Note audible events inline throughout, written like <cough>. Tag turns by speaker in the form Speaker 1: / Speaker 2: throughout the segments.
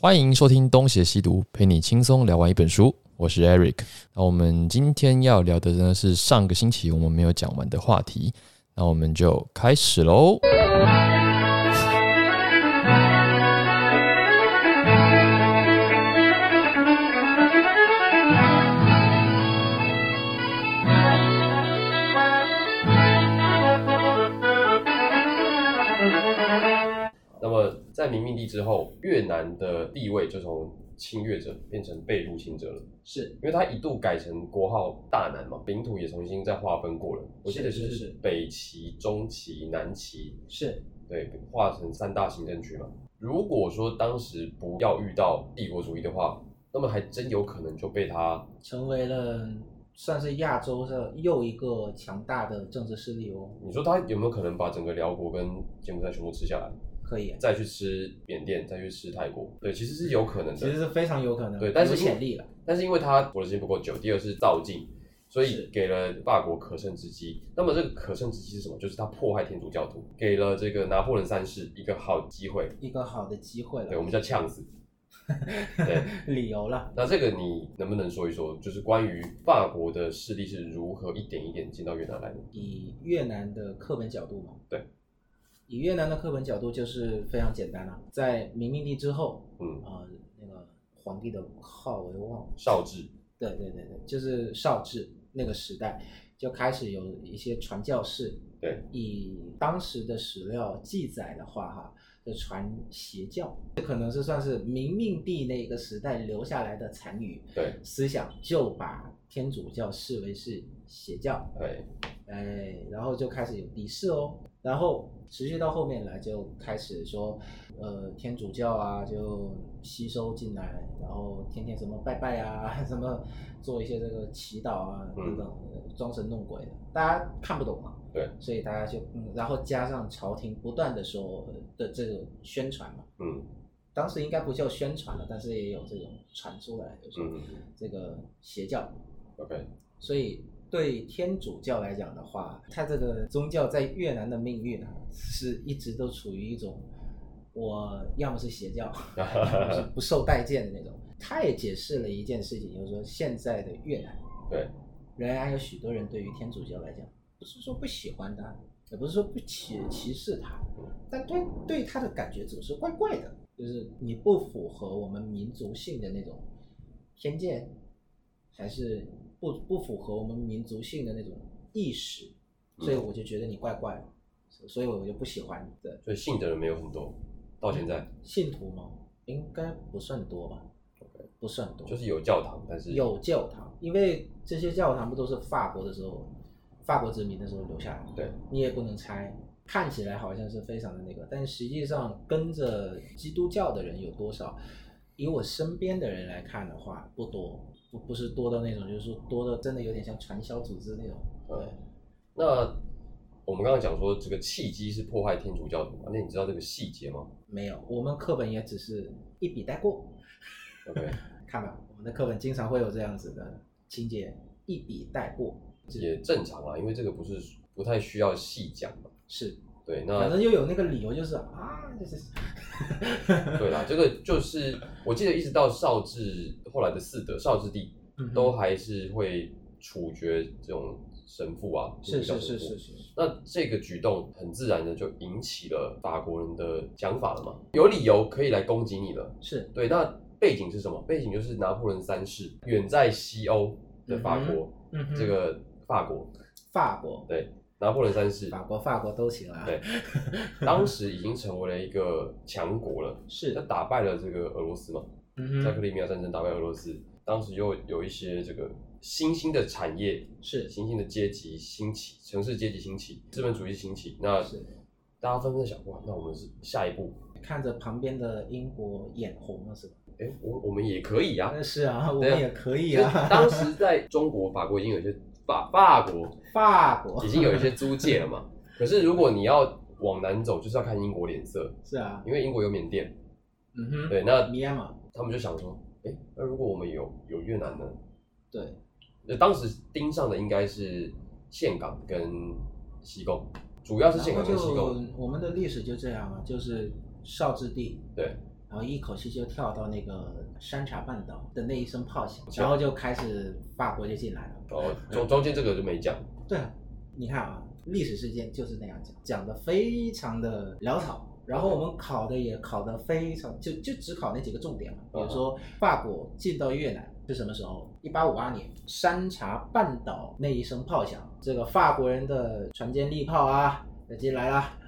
Speaker 1: 欢迎收听《东邪西毒》，陪你轻松聊完一本书。我是 Eric。那我们今天要聊的呢是上个星期我们没有讲完的话题，那我们就开始喽。
Speaker 2: 那么在明命地之后，越南的地位就从侵略者变成被入侵者了，
Speaker 3: 是
Speaker 2: 因为它一度改成国号大南嘛，领土也重新再划分过了。我记得就是
Speaker 3: 是
Speaker 2: 是
Speaker 3: 是
Speaker 2: 北齐、中齐、南齐，
Speaker 3: 是，
Speaker 2: 对，划成三大行政区嘛。如果说当时不要遇到帝国主义的话，那么还真有可能就被他
Speaker 3: 成为了算是亚洲上又一个强大的政治势力哦，
Speaker 2: 你说他有没有可能把整个辽国跟柬埔寨全部吃下来，
Speaker 3: 可以，
Speaker 2: 再去吃缅甸，再去吃泰国？对，其实是有可能的。
Speaker 3: 其实是非常有可能，
Speaker 2: 对但是
Speaker 3: 有
Speaker 2: 因为
Speaker 3: 潜力了，
Speaker 2: 但是因为他活的时间不够久，第二是造境，所以
Speaker 3: 是
Speaker 2: 给了法国可乘之机。那么这个可乘之机是什么？就是他迫害天主教徒，给了这个拿破仑三世一个好机会，
Speaker 3: 一个好的机会
Speaker 2: 对我
Speaker 3: 了，
Speaker 2: 们叫呛
Speaker 3: <laughs>
Speaker 2: 死。对，
Speaker 3: 理由了。
Speaker 2: 那这个你能不能说一说，就是关于法国的势力是如何一点一点进到越南来的？
Speaker 3: 以越南的课本角度嘛，
Speaker 2: 对，
Speaker 3: 以越南的课本角度就是非常简单了，在明命帝之后，
Speaker 2: 嗯，
Speaker 3: 啊、那个皇帝的号我又忘了，
Speaker 2: 少治，
Speaker 3: 对对对对，就是少治那个时代就开始有一些传教士。
Speaker 2: 对，
Speaker 3: 以当时的史料记载的话，哈，就传邪教，可能是算是明命帝那个时代留下来的残余
Speaker 2: 对，
Speaker 3: 思想，就把天主教视为是邪教，
Speaker 2: 哎，
Speaker 3: 哎，然后就开始有敌视哦，然后持续到后面来就开始说，呃，天主教啊就吸收进来，然后天天什么拜拜啊， <laughs> 什么做一些这个祈祷啊，
Speaker 2: 嗯
Speaker 3: 那种呃装神弄鬼的，大家看不懂嘛，
Speaker 2: 对，
Speaker 3: 所以大家就嗯，然后加上朝廷不断的说呃的这个宣传嘛，
Speaker 2: 嗯
Speaker 3: 当时应该不叫宣传了，但是也有这种传出来，就是
Speaker 2: 嗯
Speaker 3: 这个邪教，
Speaker 2: ，OK，
Speaker 3: 所以对天主教来讲的话，它这个宗教在越南的命运啊，是一直都处于一种我要么是邪教，要么是不受待见的那种。他也解释了一件事情，就是说现在的越南
Speaker 2: 对，
Speaker 3: 仍然有许多人对于天主教来讲，不是说不喜欢他，也不是说不歧歧视他，但对对他的感觉总是怪怪的，就是你不符合我们民族性的那种偏见，还是不不符合我们民族性的那种意识，
Speaker 2: 嗯
Speaker 3: 所以我就觉得你怪怪的，所以我就不喜欢你的
Speaker 2: 所以信的人没有很多，到现在
Speaker 3: 信徒吗？应该不算多吧，不算多，
Speaker 2: 就是有教堂，但是
Speaker 3: 有教堂，因为这些教堂不都是法国的时候，法国殖民的时候留下来的，
Speaker 2: 对，
Speaker 3: 你也不能拆。看起来好像是非常的那个，但实际上跟着基督教的人有多少？以我身边的人来看的话，不多，不不是多到那种，就是说多的真的有点像传销组织那种。对，
Speaker 2: 那我们刚刚讲说这个契机是迫害天主教徒嘛，那你知道这个细节吗
Speaker 3: 没有，我们课本也只是一笔带过。
Speaker 2: ？OK， <laughs>
Speaker 3: 看吧，我们的课本经常会有这样子的情节，一笔带过。
Speaker 2: 也正常啦，因为这个不是不太需要细讲嘛。
Speaker 3: 是，
Speaker 2: 对，
Speaker 3: 反
Speaker 2: 那
Speaker 3: 正又有那个理由，就是啊，就是
Speaker 2: 对啦，这个就是我记得一直到绍治后来的四德绍治帝
Speaker 3: 嗯
Speaker 2: 都还是会处决这种神父啊，
Speaker 3: 是
Speaker 2: 天
Speaker 3: 是
Speaker 2: 主教神
Speaker 3: 是
Speaker 2: 父
Speaker 3: 是。是，
Speaker 2: 那这个举动很自然的就引起了法国人的想法了嘛，有理由可以来攻击你了。
Speaker 3: 是
Speaker 2: 对，那背景是什么？背景就是拿破仑三世远在西欧的法国，
Speaker 3: 嗯哼
Speaker 2: 这个法国
Speaker 3: 法国、
Speaker 2: 拿破仑三世，
Speaker 3: 法国、法国都行啊。
Speaker 2: 对，当时已经成为了一个强国了，
Speaker 3: <laughs> 是
Speaker 2: 他，打败了这个俄罗斯嘛，
Speaker 3: 嗯
Speaker 2: 在克
Speaker 3: 哼，
Speaker 2: 里米亚战争打败俄罗斯，当时又有一些这个新兴的产业、
Speaker 3: 是
Speaker 2: 新兴的阶级兴起，城市阶级兴起，资本主义兴起，那
Speaker 3: 是，
Speaker 2: 大家纷纷想，哇，那我们是下一步，
Speaker 3: 看着旁边的英国眼红了是吧？
Speaker 2: 哎，我我们也可以啊。
Speaker 3: 是啊，我
Speaker 2: 对
Speaker 3: 们
Speaker 2: 啊
Speaker 3: 也可以
Speaker 2: 就是
Speaker 3: 啊。
Speaker 2: 当时在中国、法国已经有一些法法国
Speaker 3: 法国
Speaker 2: 已经有一些租界了
Speaker 3: <laughs>
Speaker 2: 嘛。可是如果你要往南走，就是要看英国脸色，
Speaker 3: 是啊，
Speaker 2: 因为英国有缅甸，
Speaker 3: 嗯哼，
Speaker 2: 对，那
Speaker 3: 米亚马，
Speaker 2: 他们就想说，哎，那如果我们有有越南呢？
Speaker 3: 对，
Speaker 2: 那当时盯上的应该是岘港跟西贡，主要是岘港
Speaker 3: 然后
Speaker 2: 跟
Speaker 3: 就
Speaker 2: 西贡，
Speaker 3: 我们的历史就这样啊，就是少治帝，
Speaker 2: 对，
Speaker 3: 然后一口气就跳到那个山茶半岛的那一声炮响，然后就开始法国就进来了。
Speaker 2: 哦，中中间这个就没讲，
Speaker 3: 对啊，你看啊，历史事件就是那样讲，讲的非常的潦草。然后我们考的也考的非常，就就只考那几个重点嘛，比如说法国进到越南是什么时候？一八五八年，山茶半岛那一声炮响，这个法国人的船坚利炮啊，已经来啦。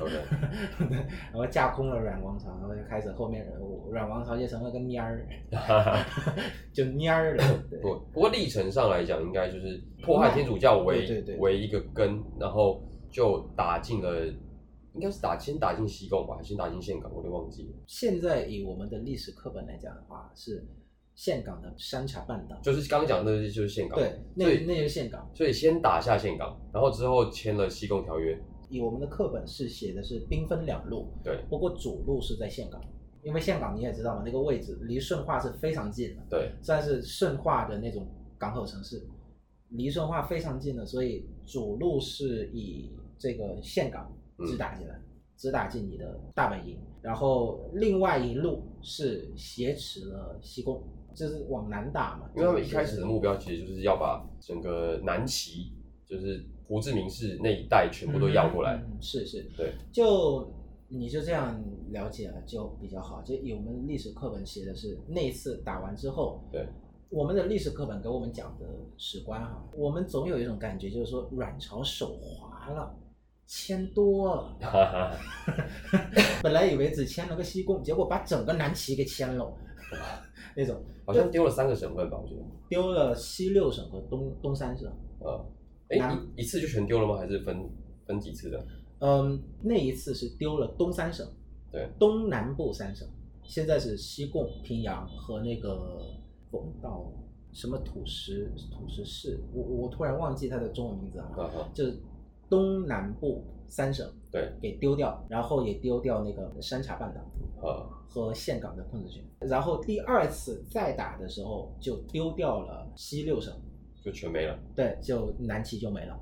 Speaker 2: OK
Speaker 3: <laughs> 然后架空了阮王朝，然后就开始后面阮王朝就成了个蔫儿，就蔫儿了。对
Speaker 2: 不，不过历程上来讲，应该就是迫害天主教为、
Speaker 3: 对对对
Speaker 2: 为一个根，然后就打进了，应该是打先打进西贡吧，还是先打进岘港，我都忘记了。
Speaker 3: 现在以我们的历史课本来讲的话，是岘港的山茶半岛，
Speaker 2: 就是刚刚讲的，就是岘港。
Speaker 3: 对，那
Speaker 2: 所以
Speaker 3: 那就是岘港。
Speaker 2: 所以先打下岘港，然后之后签了西贡条约。
Speaker 3: 以我们的课本是写的是兵分两路，
Speaker 2: 对
Speaker 3: 不过主路是在岘港，因为岘港你也知道嘛，那个位置离顺化是非常近的，
Speaker 2: 对，
Speaker 3: 算是顺化的那种港口城市，离顺化非常近的，所以主路是以这个岘港
Speaker 2: 嗯
Speaker 3: 直打进来，直打进你的大本营，然后另外一路是挟持了西贡，就是往南打嘛，
Speaker 2: 因为他们一开始的目标其实就是要把整个南齐，就是胡志明市那一带全部都要过来。
Speaker 3: 嗯是是，
Speaker 2: 对，
Speaker 3: 就你就这样了解了就比较好。就以我们历史课本写的是那一次打完之后，
Speaker 2: 对，
Speaker 3: 我们的历史课本给我们讲的史观哈，我们总有一种感觉，就是说阮朝手滑了。签多了，
Speaker 2: 哈哈，
Speaker 3: 本来以为只签了个西贡，结果把整个南齐给签了， <laughs> 那种
Speaker 2: <laughs> 好像丢了三个省份吧，我觉得。
Speaker 3: 丢了西六省和东东三省。
Speaker 2: 呃，哎
Speaker 3: 南，
Speaker 2: 一一次就全丢了吗？还是分分几次的？ <laughs>
Speaker 3: 嗯，那一次是丢了东三省，
Speaker 2: 对，
Speaker 3: 东南部三省，现在是西贡、平阳和那个冯岛什么土石土石市，我我突然忘记它的中文名字啊，
Speaker 2: 啊哈，
Speaker 3: 就是东南部三省
Speaker 2: 对，
Speaker 3: 给丢掉，然后也丢掉那个山茶半岛
Speaker 2: 啊，
Speaker 3: 和岘港的控制权，然后第二次再打的时候就丢掉了西六省，
Speaker 2: 就全没了。
Speaker 3: 对，就南齐就没了。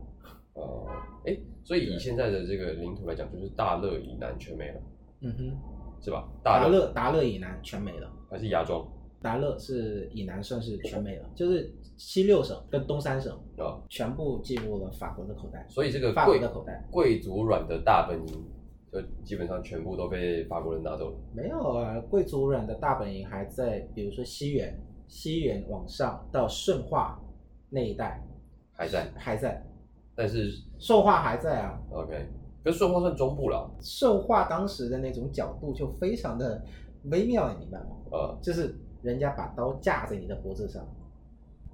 Speaker 2: 哦，哎，所以以现在的这个领土来讲，就是大乐以南全没了，
Speaker 3: 嗯哼，
Speaker 2: 是吧？
Speaker 3: 达
Speaker 2: 乐
Speaker 3: 勒达勒以南全没了。
Speaker 2: 还是芽庄
Speaker 3: 达勒是以南算是全没了，就是西六省跟东三省
Speaker 2: 啊？
Speaker 3: 全部进入了法国的口袋，
Speaker 2: 所以这个
Speaker 3: 法国
Speaker 2: 贵
Speaker 3: 的口袋
Speaker 2: 贵族阮的大本营，就基本上全部都被法国人拿走了。
Speaker 3: 没有啊。贵族染的大本营还在，比如说西元，西元往上到顺化那一带
Speaker 2: 还在，
Speaker 3: 还在，
Speaker 2: 但是
Speaker 3: 顺化还在啊。
Speaker 2: OK，可是顺化算中部了
Speaker 3: 顺化当时的那种角度就非常的微妙，你明白吗？
Speaker 2: 啊、呃
Speaker 3: 就是人家把刀架在你的脖子上，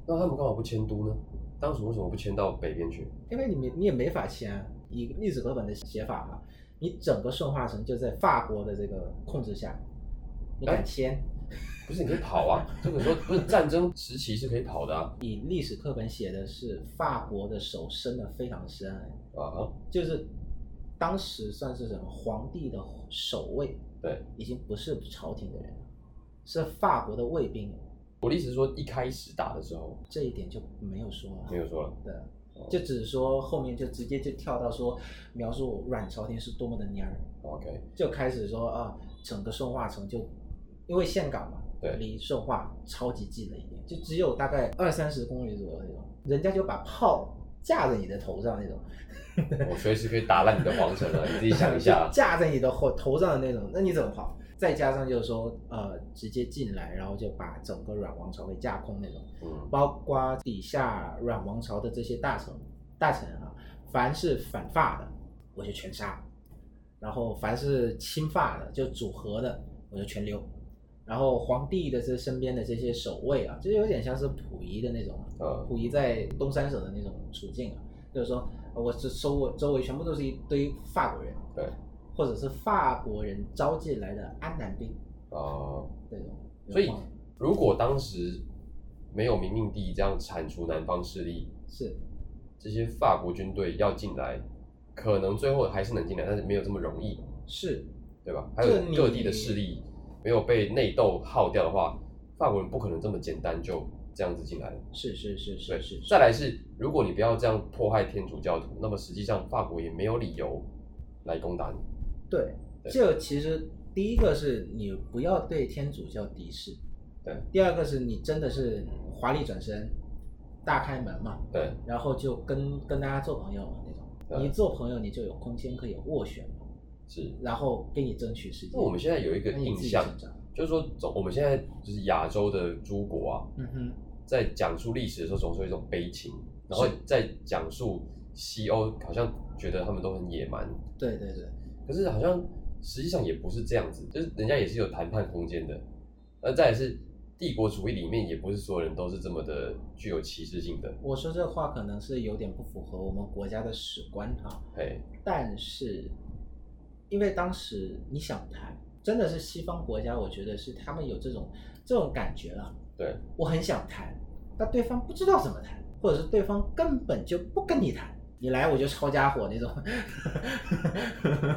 Speaker 2: 那他们干嘛不迁都呢？当时为什么不迁到北边去？
Speaker 3: 因为你没你也没法签啊，以历史课本的写法嘛，你整个顺化城就在法国的这个控制下，你
Speaker 2: 哎
Speaker 3: 敢签？
Speaker 2: 不是你可以跑啊， <laughs> 这个时候不是战争时期是可以跑的啊
Speaker 3: 以历史课本写的是法国的手伸的非常深，哎
Speaker 2: 啊哈，
Speaker 3: 就是当时算是什么皇帝的守卫，
Speaker 2: 对，
Speaker 3: 已经不是朝廷的人了，是法国的卫兵，
Speaker 2: 我的意思是说一开始打的时候
Speaker 3: 这一点就没有说了，
Speaker 2: 没有说了，
Speaker 3: 对。就只是说后面就直接就跳到说描述阮朝廷是多么的蔫儿，
Speaker 2: OK，
Speaker 3: 就开始说啊，整个顺化城就因为岘港嘛，
Speaker 2: 对
Speaker 3: 离顺化超级近了一点，就只有大概二三十公里左右那种，人家就把炮架在你的头上那种，
Speaker 2: 我随时可以打烂你的皇城啊了，你自己想一下
Speaker 3: <laughs> 就。架在你的后头上的那种，那你怎么跑？再加上就是说，呃，直接进来，然后就把整个阮王朝给架空那种，
Speaker 2: 嗯，
Speaker 3: 包括底下阮王朝的这些大臣，大臣啊，凡是反法的，我就全杀；然后凡是亲法的，就组合的，我就全溜。然后皇帝的这身边的这些守卫啊，就有点像是溥仪的那种啊，
Speaker 2: 呃，
Speaker 3: 溥仪在东三省的那种处境啊，就是说呃我这周围周围全部都是一堆法国人，
Speaker 2: 对，
Speaker 3: 或者是法国人招进来的安南兵
Speaker 2: 呃，
Speaker 3: 这种。
Speaker 2: 所以如果当时没有明命帝这样铲除南方势力，
Speaker 3: 是
Speaker 2: 这些法国军队要进来，可能最后还是能进来，但是没有这么容易，
Speaker 3: 是
Speaker 2: 对吧？还有
Speaker 3: 这你
Speaker 2: 各地的势力没有被内斗耗掉的话，法国人不可能这么简单就这样子进来的。
Speaker 3: 是是是
Speaker 2: 对
Speaker 3: 是是，，
Speaker 2: 再来是，如果你不要这样迫害天主教徒，那么实际上法国也没有理由来攻打你。
Speaker 3: 对，
Speaker 2: 对
Speaker 3: 这其实第一个是你不要对天主教敌视，
Speaker 2: 对。
Speaker 3: 第二个是你真的是华丽转身，大开门嘛，
Speaker 2: 对
Speaker 3: 然后就跟跟大家做朋友嘛那种。
Speaker 2: 对
Speaker 3: 你做朋友，你就有空间可以斡旋嘛，
Speaker 2: 是。
Speaker 3: 然后给你争取时间。
Speaker 2: 那我们现在有一个
Speaker 3: 让你
Speaker 2: 印
Speaker 3: 自己
Speaker 2: 象，
Speaker 3: 成长。
Speaker 2: 就是说，总我们现在就是亚洲的诸国啊，
Speaker 3: 嗯哼，
Speaker 2: 在讲述历史的时候，总是有一种悲情，然后
Speaker 3: 是
Speaker 2: 在讲述西欧，好像觉得他们都很野蛮，
Speaker 3: 对对对，
Speaker 2: 可是好像实际上也不是这样子，就是人家也是有谈判空间的。那再来是帝国主义里面，也不是所有人都是这么的具有歧视性的。
Speaker 3: 我说这话可能是有点不符合我们国家的史观啊哈、
Speaker 2: 嘿，
Speaker 3: 但是因为当时你想谈，真的是西方国家，我觉得是他们有这种这种感觉了。
Speaker 2: 对，
Speaker 3: 我很想谈，但对方不知道怎么谈，或者是对方根本就不跟你谈，你来我就抄家伙那种。 <laughs>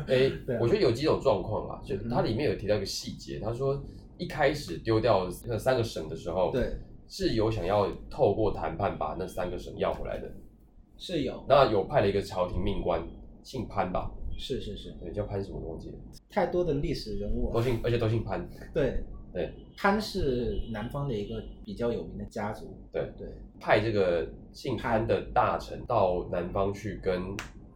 Speaker 2: 诶、
Speaker 3: 对啊
Speaker 2: 我觉得有几种状况啦，就
Speaker 3: 嗯
Speaker 2: 它里面有提到一个细节，他说一开始丢掉那三个省的时候，
Speaker 3: 对，
Speaker 2: 是有想要透过谈判把那三个省要回来的。
Speaker 3: 是有，
Speaker 2: 那有派了一个朝廷命官，姓潘吧，
Speaker 3: 是是是，
Speaker 2: 对，叫潘什么我忘记了，
Speaker 3: 太多的历史人物
Speaker 2: 都
Speaker 3: 啊，
Speaker 2: 姓，而且都姓潘。
Speaker 3: 对
Speaker 2: 对，
Speaker 3: 潘是南方的一个比较有名的家族，
Speaker 2: 对
Speaker 3: 对，
Speaker 2: 派这个姓潘的大臣到南方去跟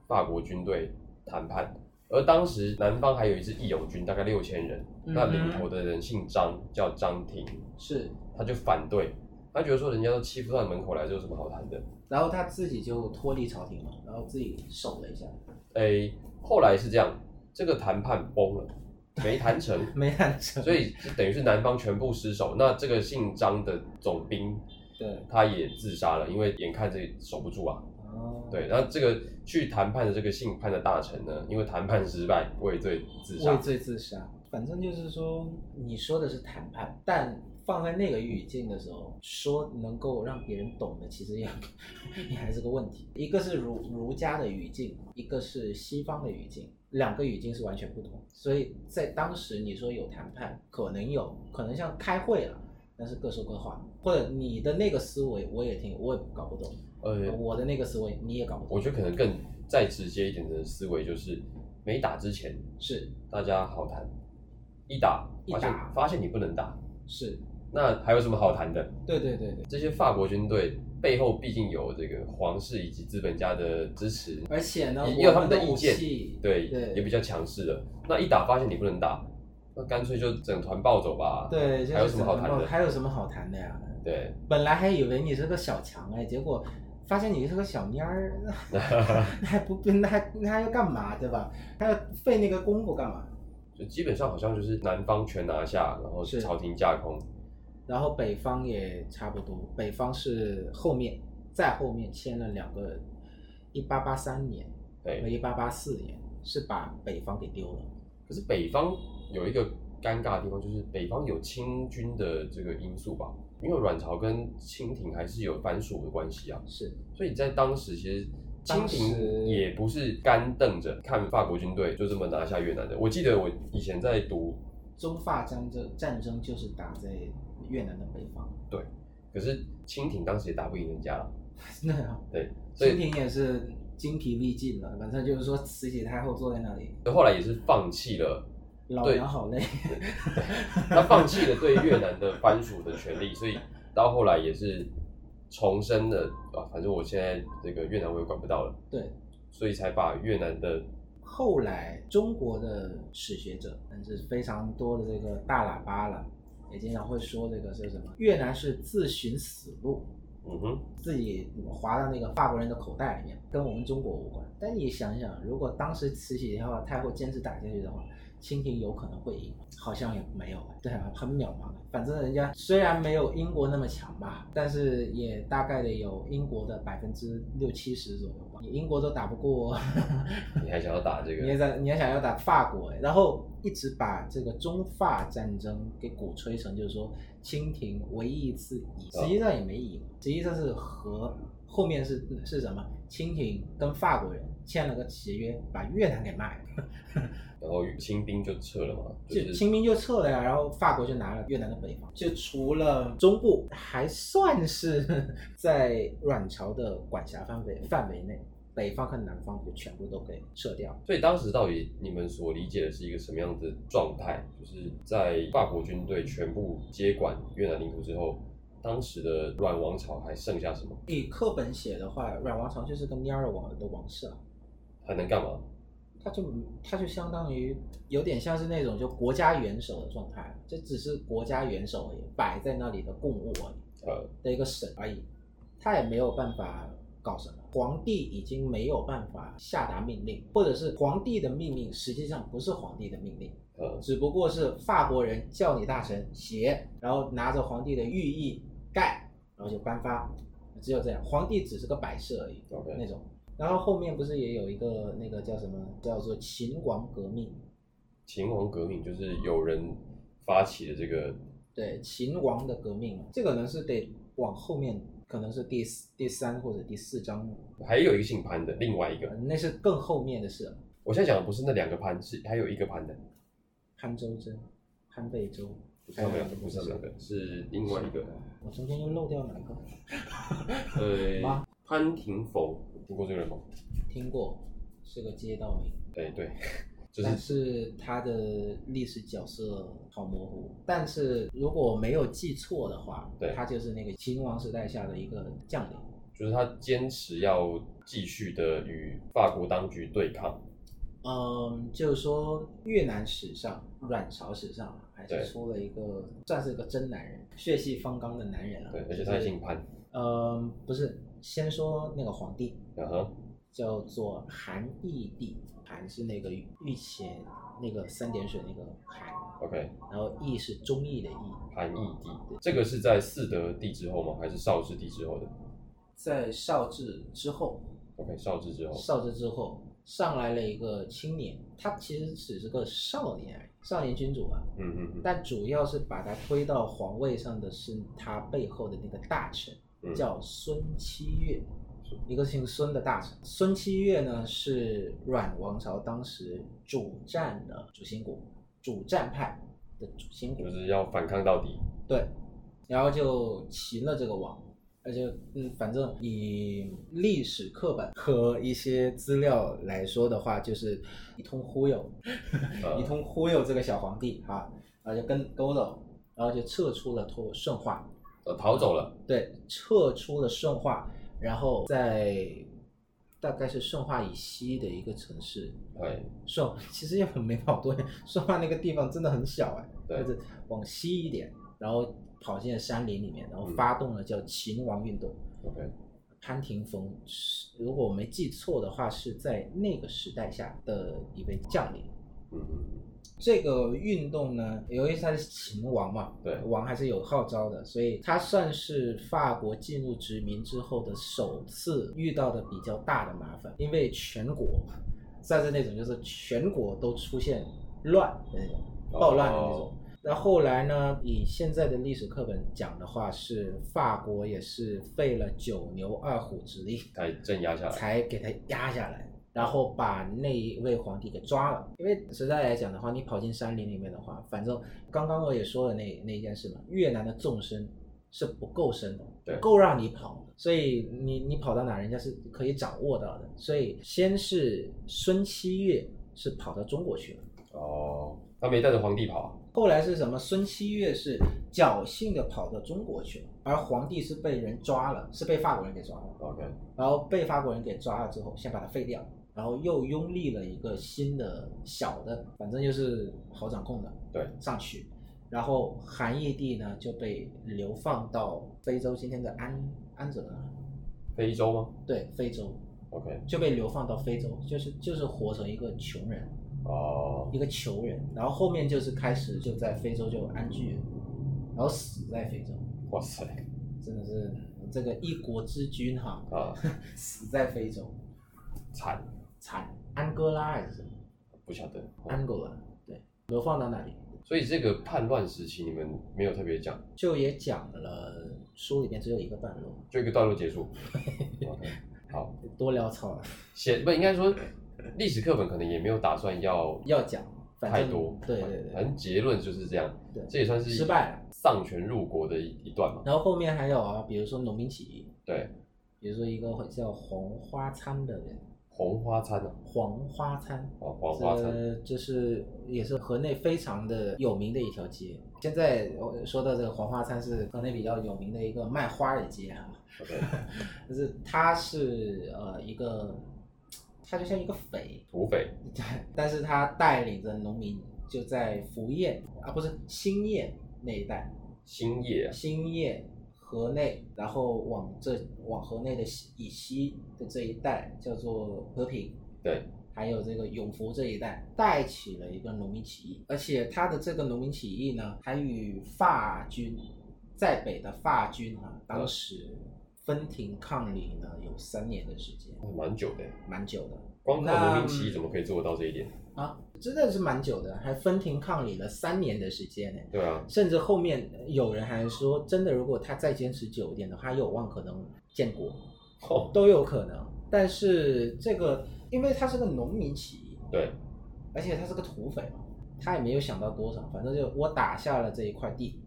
Speaker 2: 法国军队谈判，而当时南方还有一支义勇军，大概六千人，那
Speaker 3: 嗯哼
Speaker 2: 领头的人姓张，叫张廷，
Speaker 3: 是，
Speaker 2: 他就反对，他觉得说人家都欺负到你门口来，这有什么好谈的？
Speaker 3: 然后他自己就脱离朝廷了，然后自己守了一下，
Speaker 2: 哎，后来是这样，这个谈判崩了，没谈成，
Speaker 3: <laughs> 没按成，
Speaker 2: 所以就等于是南方全部失守。那这个姓张的总兵
Speaker 3: 对，
Speaker 2: 他也自杀了，因为眼看这守不住啊。
Speaker 3: 哦，
Speaker 2: 对，然后这个去谈判的这个姓潘的大臣呢，因为谈判失败畏罪自
Speaker 3: 畏
Speaker 2: 杀。
Speaker 3: 罪自杀。反正就是说，你说的是谈判，但放在那个语境的时候，说能够让别人懂的，其实也 <laughs> 也还是个问题。一个是儒儒家的语境，一个是西方的语境，两个语境是完全不同。所以在当时，你说有谈判，可能有可能像开会了，但是各说各话，或者你的那个思维我也挺我也搞不懂，
Speaker 2: 呃，
Speaker 3: 我的那个思维你也搞不懂。
Speaker 2: 我觉得可能更再直接一点的思维就是，没打之前
Speaker 3: 是
Speaker 2: 大家好谈，一打
Speaker 3: 一
Speaker 2: 发现
Speaker 3: 打
Speaker 2: 发现你不能打，
Speaker 3: 是，
Speaker 2: 那还有什么好谈的？
Speaker 3: 对对对对。
Speaker 2: 这些法国军队背后毕竟有这个皇室以及资本家的支持，
Speaker 3: 而且呢，
Speaker 2: 也也有
Speaker 3: 我
Speaker 2: 他们
Speaker 3: 的
Speaker 2: 的意
Speaker 3: 武
Speaker 2: 见
Speaker 3: 器，
Speaker 2: 对，
Speaker 3: 对
Speaker 2: 也比较强势的。那一打发现你不能打，那干脆就整团暴走吧。
Speaker 3: 对，就是
Speaker 2: 还有什么好
Speaker 3: 整个
Speaker 2: 谈的
Speaker 3: 梦还有什么好谈的呀？
Speaker 2: 对，
Speaker 3: 本来还以为你是个小强哎，结果发现你是个小蔫儿，
Speaker 2: <laughs>
Speaker 3: 那还不那还那还要干嘛对吧？还要费那个功夫干嘛？
Speaker 2: 就基本上好像就是南方全拿下，然后
Speaker 3: 是
Speaker 2: 朝廷架空。
Speaker 3: 然后北方也差不多，北方是后面再后面签了两个，一八八三年和
Speaker 2: 对，
Speaker 3: 一八八四年是把北方给丢了。
Speaker 2: 可是北方有一个尴尬的地方，就是北方有清军的这个因素吧，因为阮朝跟清廷还是有藩属的关系啊，
Speaker 3: 是
Speaker 2: 所以在当时其实。清
Speaker 3: 当时
Speaker 2: 廷也不是干瞪着看法国军队就这么拿下越南的。我记得我以前在读，
Speaker 3: 中法战争战争就是打在越南的北方， <laughs>
Speaker 2: 可是清廷当时也打不赢人家了，
Speaker 3: 那样。
Speaker 2: 对，所
Speaker 3: 清
Speaker 2: 以
Speaker 3: 廷也是精疲力尽了，反正就是说慈禧太后坐在那里，
Speaker 2: 后来也是放弃
Speaker 3: <laughs>
Speaker 2: 了
Speaker 3: 老
Speaker 2: 对
Speaker 3: 娘好累。
Speaker 2: 他放弃了对越南的藩属的权利，所以到后来也是重申了啊，反正我现在这个越南我也管不到了， <laughs>
Speaker 3: 对，
Speaker 2: 所以才把越南的
Speaker 3: 后来中国的史学者，但是非常多的这个大喇叭了，也经常会说这个是什么？越南是自寻死路，
Speaker 2: 嗯哼
Speaker 3: 自己划到那个法国人的口袋里面，跟我们中国无关。但你想想，如果当时慈禧太后太后坚持打下去的话，清廷有可能会赢，好像也没有，对啊，很渺茫。反正人家虽然没有英国那么强吧，但是也大概的有英国的百分之六七十左右吧。你英国都打不过，
Speaker 2: 你还想要打这
Speaker 3: 你也
Speaker 2: 个？
Speaker 3: 想你也想要打法国，哎然后一直把这个中法战争给鼓吹成就是说清廷唯一一次赢，实际上也没赢，实际上是和后面是是什么？清廷跟法国人签了个协约，把越南给卖了，
Speaker 2: 然后清兵就撤了嘛，就
Speaker 3: 就是清兵就撤了呀，然后法国就拿了越南的北方，就除了中 <laughs> 部还算是在阮朝的管辖范围范围内，北方和南方就全部都给撤掉。
Speaker 2: 所以当时到底你们所理解的是一个什么样的状态？就是在法国军队全部接管越南领土之后，当时的阮王朝还剩下什么？
Speaker 3: 以课本写的话，阮王朝就是个蔫儿王的王室啊，
Speaker 2: 还能干嘛？
Speaker 3: 它就它就相当于有点像是那种就国家元首的状态，这只是国家元首而已，摆在那里的贡物而已
Speaker 2: 呃，
Speaker 3: 的一个神而已，他也没有办法搞什么。皇帝已经没有办法下达命令，或者是皇帝的命令实际上不是皇帝的命令，
Speaker 2: 呃，
Speaker 3: 只不过是法国人叫你大臣写，然后拿着皇帝的御意盖，然后就颁发，只有这样，皇帝只是个摆设而已。
Speaker 2: OK，
Speaker 3: 那种。然后后面不是也有一个那个叫什么，叫做秦王革命？
Speaker 2: 秦王革命就是有人发起的这个，
Speaker 3: 对，秦王的革命，啊这个呢是得往后面，可能是第四第三或者第四章，
Speaker 2: 还有一个姓潘的，另外一个
Speaker 3: 呃，那是更后面的事了。
Speaker 2: 我现在讲的不是那两个潘，是还有一个潘的，
Speaker 3: 潘周真、潘贝周，
Speaker 2: 不是他们两个，不是他们两个，是另外一个，
Speaker 3: 我中间又漏掉哪一个？
Speaker 2: 呃，潘廷佛，听过这个人吗？
Speaker 3: 听过，是个街道名，
Speaker 2: 哎，对， <laughs> 就
Speaker 3: 但
Speaker 2: 是
Speaker 3: 是他的历史角色好模糊。但是如果我没有记错的话
Speaker 2: 对，
Speaker 3: 他就是那个秦王时代下的一个将领。
Speaker 2: 就是他坚持要继续的与法国当局对抗，
Speaker 3: 嗯，就是说越南史上、阮朝史上啊还
Speaker 2: 对
Speaker 3: 是出了一个算是个真男人，血气方刚的男人啊。
Speaker 2: 对，而且
Speaker 3: 就
Speaker 2: 他也
Speaker 3: 是
Speaker 2: 姓潘，
Speaker 3: 嗯，不是，先说那个皇帝
Speaker 2: 嗯哼，
Speaker 3: 叫做韩义帝，韩是那个御前那个三点水那个韩，
Speaker 2: ，OK，
Speaker 3: 然后义是忠义的义，
Speaker 2: 韩义帝，这个是在嗣德帝之后吗？还是绍治帝之后的
Speaker 3: 在绍治之后，
Speaker 2: ？OK，绍治之后，
Speaker 3: 少之之后，上来了一个青年，他其实只是个少年而已，少年君主啊。
Speaker 2: 嗯嗯嗯
Speaker 3: 但主要是把他推到皇位上的是他背后的那个大臣，
Speaker 2: 嗯，
Speaker 3: 叫孙七月，一个姓孙的大臣。孙七月呢是阮王朝当时主战的主心骨，主战派的主心骨
Speaker 2: 就。是要反抗到底，
Speaker 3: 对，然后就擒了这个王，而且嗯，反正以历史课本和一些资料来说的话，就是一通忽悠，一
Speaker 2: 呃，
Speaker 3: 通忽悠这个小皇帝啊，然后就跟勾走，然后就撤出了脱顺化，
Speaker 2: 呃逃走了，
Speaker 3: 对，撤出了顺化，然后在大概是顺化以西的一个城市，
Speaker 2: 哎，
Speaker 3: 顺 <laughs> 其实也很没跑多远，顺化那个地方真的很小哎、
Speaker 2: 对
Speaker 3: 就是往西一点，然后跑进了山林里面，然后发动了叫秦王运动。
Speaker 2: ，OK，
Speaker 3: 潘廷逢是，如果我没记错的话，是在那个时代下的一位将领。
Speaker 2: 嗯嗯
Speaker 3: 这个运动呢，由于他是秦王嘛，
Speaker 2: 对
Speaker 3: 王还是有号召的，所以他算是法国进入殖民之后的首次遇到的比较大的麻烦，因为全国算是那种就是全国都出现乱的那种
Speaker 2: 哦
Speaker 3: 暴乱的那种。那后来呢？以现在的历史课本讲的话，是法国也是费了九牛二虎之力，
Speaker 2: 才镇压下来，
Speaker 3: 才给他压下来，然后把那一位皇帝给抓了。因为实在来讲的话，你跑进山林里面的话，反正刚刚我也说了那那一件事嘛，越南的纵深是不够深的，
Speaker 2: 对
Speaker 3: 不够让你跑的，所以你你跑到哪，人家是可以掌握到的。所以先是孙七月是跑到中国去了。
Speaker 2: 哦，他没带着皇帝跑啊，
Speaker 3: 后来是什么？孙七月是侥幸的跑到中国去了，而皇帝是被人抓了，是被法国人给抓了。
Speaker 2: ，OK，
Speaker 3: 然后被法国人给抓了之后，先把他废掉，然后又拥立了一个新的小的，反正就是好掌控的，
Speaker 2: 对，
Speaker 3: 上去。然后韩义帝呢就被流放到非洲，今天的安安泽那，
Speaker 2: 非洲吗
Speaker 3: 对，非洲
Speaker 2: ？OK，
Speaker 3: 就被流放到非洲，就是就是活成一个穷人，
Speaker 2: 哦
Speaker 3: 一个囚人。然后后面就是开始就在非洲就安居，然后死在非洲，
Speaker 2: 哇塞，
Speaker 3: 真的是这个一国之君哈，
Speaker 2: 啊，
Speaker 3: 死在非洲，
Speaker 2: 惨，
Speaker 3: 惨，安哥拉还是什么？
Speaker 2: 不晓得，哦
Speaker 3: 安哥拉，对，流放到那里，
Speaker 2: 所以这个叛乱时期你们没有特别讲，
Speaker 3: 就也讲了，书里边只有一个段落，
Speaker 2: 就一个段落结束
Speaker 3: <laughs>
Speaker 2: ，OK，好，
Speaker 3: 多潦草啊，
Speaker 2: 写不应该说历史课本可能也没有打算要
Speaker 3: 要讲，反
Speaker 2: 太
Speaker 3: 正
Speaker 2: 多，
Speaker 3: 对对
Speaker 2: 反
Speaker 3: 对，
Speaker 2: 正结论就是这样，
Speaker 3: 对
Speaker 2: 这也算是
Speaker 3: 失败了
Speaker 2: 丧权辱国的一一段嘛，
Speaker 3: 然后后面还有啊，比如说农民起义，
Speaker 2: 对，
Speaker 3: 比如说一个叫黄花参的人，
Speaker 2: 红花餐啊，
Speaker 3: 黄花参，
Speaker 2: 哦，黄花餐，
Speaker 3: 这这是也是河内非常的有名的一条街。现在我说到这个黄花参是河内比较有名的一个卖花的街啊，
Speaker 2: 好的，
Speaker 3: 但是它是呃一个，它就像一个匪，
Speaker 2: 土匪，
Speaker 3: 对， <laughs> 但是他带领着农民就在福建啊不是兴业那一带，
Speaker 2: 兴业啊，
Speaker 3: 兴业、河内，然后往这往河内的西以西的这一带叫做和平，
Speaker 2: 对，
Speaker 3: 还有这个永福这一带，带起了一个农民起义，而且他的这个农民起义呢，还与法军在北的法军啊，当时分庭抗礼呢有三年的时间，
Speaker 2: 蛮久的，
Speaker 3: 蛮久的。
Speaker 2: 光靠
Speaker 3: 那
Speaker 2: 农民起义怎么可以做得到这一点？
Speaker 3: 啊，真的是蛮久的，还分庭抗礼了三年的时间呢。
Speaker 2: 对啊， <laughs>
Speaker 3: 甚至后面有人还说，真的，如果他再坚持久一点的话，他有望可能建国，
Speaker 2: 哦，
Speaker 3: 都有可能。但是这个，因为他是个农民起义，
Speaker 2: 对，
Speaker 3: 而且他是个土匪嘛，他也没有想到多少，反正就我打下了这一块地，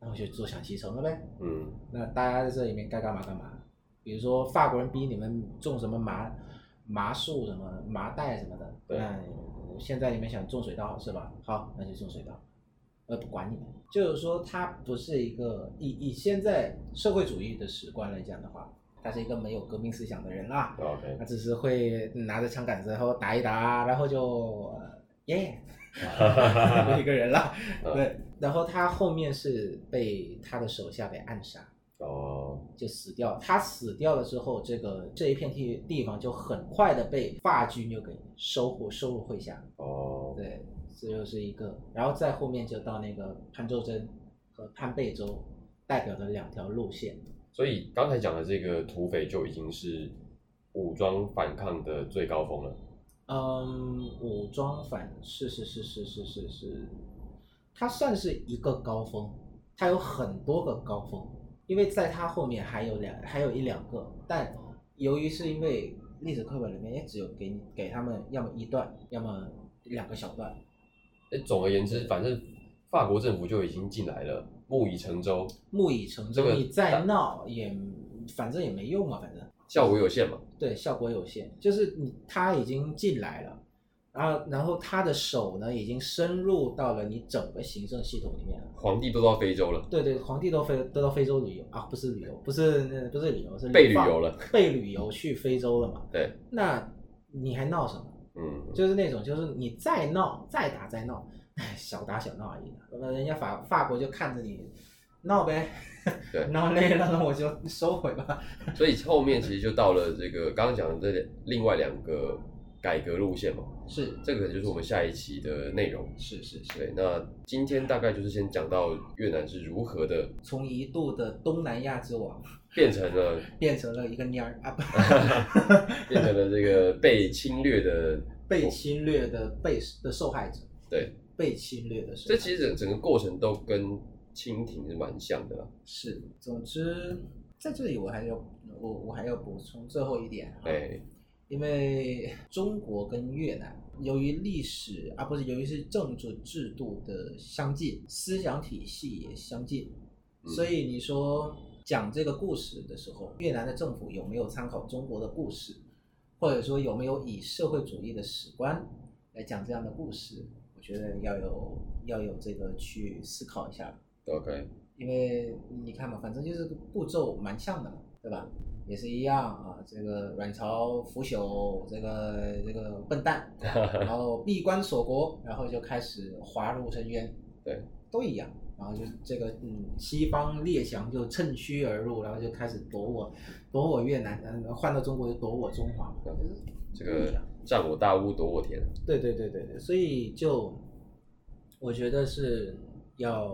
Speaker 3: 然后就坐享其成了呗。
Speaker 2: 嗯，
Speaker 3: 那大家在这里面该干嘛干嘛。比如说法国人逼你们种什么麻麻树什么麻袋什么的，
Speaker 2: 对
Speaker 3: 那现在你们想种水稻是吧？好，那就种水稻，我也不管你们。就是说，它不是一个以以现在社会主义的史观来讲的话，他是一个没有革命思想的人啦。
Speaker 2: 对，OK，
Speaker 3: <laughs> 他只是会拿着枪杆子，然后打一打，然后就呃耶， <laughs> 一个人了。
Speaker 2: <laughs> 嗯
Speaker 3: 对，然后他后面是被他的手下给暗杀，
Speaker 2: 哦，
Speaker 3: 就死掉了。他死掉了之后，这个这一片地地方就很快的被法军就给收获收入麾下。
Speaker 2: 哦，
Speaker 3: 对，这就是一个。然后再后面就到那个潘周真和潘贝周代表的两条路线。
Speaker 2: 所以刚才讲的这个土匪就已经是武装反抗的最高峰了。
Speaker 3: 嗯，武装反是是是是是是是，它算是一个高峰，它有很多个高峰，因为在它后面还有两还有一两个，但由于是因为历史课本里面也只有给你给他们要么一段，要么两个小段，
Speaker 2: 哎，总而言之，反正法国政府就已经进来了，木已成舟，
Speaker 3: 木已成
Speaker 2: 这
Speaker 3: 舟，
Speaker 2: 个
Speaker 3: 你再闹也反正也没用啊，反正。
Speaker 2: 效果有限嘛。
Speaker 3: 对，效果有限，就是你他已经进来了，然后然后他的手呢已经深入到了你整个行政系统里面了。
Speaker 2: 皇帝都到非洲了，
Speaker 3: 对对，皇帝都非都到非洲旅游啊，不是旅游，不是那不是旅游，是
Speaker 2: 被旅
Speaker 3: 放
Speaker 2: 游，了。嗯
Speaker 3: 被旅游去非洲了嘛？
Speaker 2: 对，
Speaker 3: 那你还闹什么？
Speaker 2: 嗯，
Speaker 3: 就是那种，就是你再闹，再打再闹， <laughs> 哎，小打小闹而已。啊那人家法法国就看着你闹呗，
Speaker 2: <laughs> 对
Speaker 3: 闹累了，那我就收回吧。
Speaker 2: 所以后面其实就到了这个刚刚讲的这另外两个改革路线嘛，
Speaker 3: 是
Speaker 2: 这个可能 <laughs> 就是我们下一期的内容。
Speaker 3: 是是是，
Speaker 2: 对，那今天大概就是先讲到越南是如何的
Speaker 3: 从一度的东南亚之王
Speaker 2: 变成了
Speaker 3: 变成了一个蔫儿啊，
Speaker 2: <laughs>
Speaker 3: 不
Speaker 2: 变成了这个被侵略的
Speaker 3: 被侵略的被的受害者，
Speaker 2: 对，
Speaker 3: 被侵略的受
Speaker 2: 这
Speaker 3: 害者。
Speaker 2: 其实整整个过程都跟蜻蜓是蛮像的啦。
Speaker 3: 是，总之在这里我还要我我还要补充最后一点哈，
Speaker 2: 哎，
Speaker 3: 因为中国跟越南由于历史啊不是由于是政治制度的相近，思想体系也相近，
Speaker 2: 嗯
Speaker 3: 所以你说讲这个故事的时候，越南的政府有没有参考中国的故事，或者说有没有以社会主义的史观来讲这样的故事？我觉得要有要有这个去思考一下。
Speaker 2: OK，
Speaker 3: 因为你看嘛，反正就是步骤蛮像的嘛，对吧？也是一样啊，这个阮朝腐朽，这个这个笨
Speaker 2: <laughs>
Speaker 3: 蛋，然后闭关锁国，然后就开始滑入深渊，
Speaker 2: 对，
Speaker 3: 都一样。然后就是这个，嗯，西方列强就趁虚而入，然后就开始夺我，夺我越南，嗯，换到中国就夺我中华嘛，就是
Speaker 2: 这
Speaker 3: 不一
Speaker 2: 个
Speaker 3: 样
Speaker 2: 占我大屋夺我田，
Speaker 3: 对对对对对，所以就我觉得是要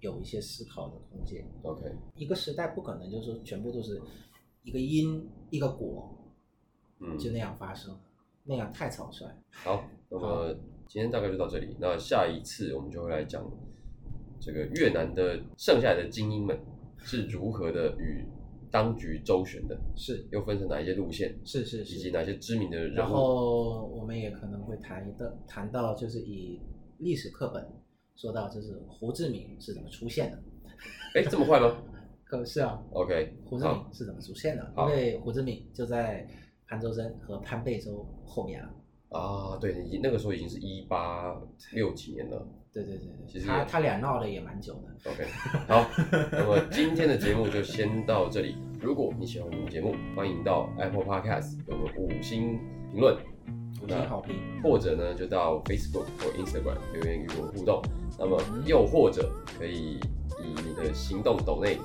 Speaker 3: 有一些思考的空间。
Speaker 2: OK，
Speaker 3: 一个时代不可能就是说全部都是一个因一个果
Speaker 2: 嗯，
Speaker 3: 就那样发生，那样太草率。
Speaker 2: 好，那么今天大概就到这里。那下一次我们就会来讲这个越南的剩下来的精英们是如何的与当局周旋的，
Speaker 3: 是
Speaker 2: 又分成哪一些路线，
Speaker 3: 是是
Speaker 2: 以及
Speaker 3: 是。
Speaker 2: 哪些知名的人
Speaker 3: 然
Speaker 2: 物。
Speaker 3: 后我们也可能会谈一的谈到就是以历史课本说到就是胡志明是怎么出现的，
Speaker 2: 哎，这么快吗？
Speaker 3: 可是啊，
Speaker 2: OK，
Speaker 3: 胡志
Speaker 2: 好
Speaker 3: 明是怎么出现的？因
Speaker 2: 好
Speaker 3: 为胡志明就在潘周生和潘贝州后面啊。
Speaker 2: 啊，对，已经那个时候已经是一八六几年了。
Speaker 3: 对对对
Speaker 2: 其
Speaker 3: 对，
Speaker 2: 实
Speaker 3: 他
Speaker 2: 也
Speaker 3: 他俩闹的也蛮久的。
Speaker 2: OK，好，那么今天的节目就先到这里。如果你喜欢我们的节目，欢迎到 Apple Podcast 给我们五星评论，
Speaker 3: 五
Speaker 2: 那
Speaker 3: 星好评，
Speaker 2: 或者呢就到 Facebook 或 Instagram 留言与我们互动。那么又或者可以以你的行动抖内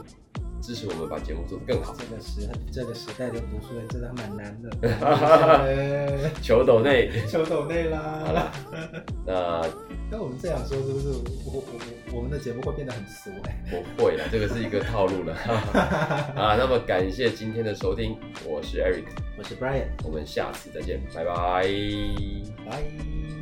Speaker 2: 支持我们把节目做得更好。
Speaker 3: 这个时这个时代的读书人真的蛮难的。
Speaker 2: <laughs>
Speaker 3: <laughs> 呃
Speaker 2: 求抖内，
Speaker 3: 求抖内
Speaker 2: 好了
Speaker 3: 啦！
Speaker 2: 那
Speaker 3: 那我们这样说是不是我我我我们的节目会变得很俗哎？
Speaker 2: 不会了，这个是一个套路了。 <laughs> 啊，那么感谢今天的收听，我是 Eric，
Speaker 3: 我是 Brian，
Speaker 2: 我们下次再见，拜拜。
Speaker 3: 拜。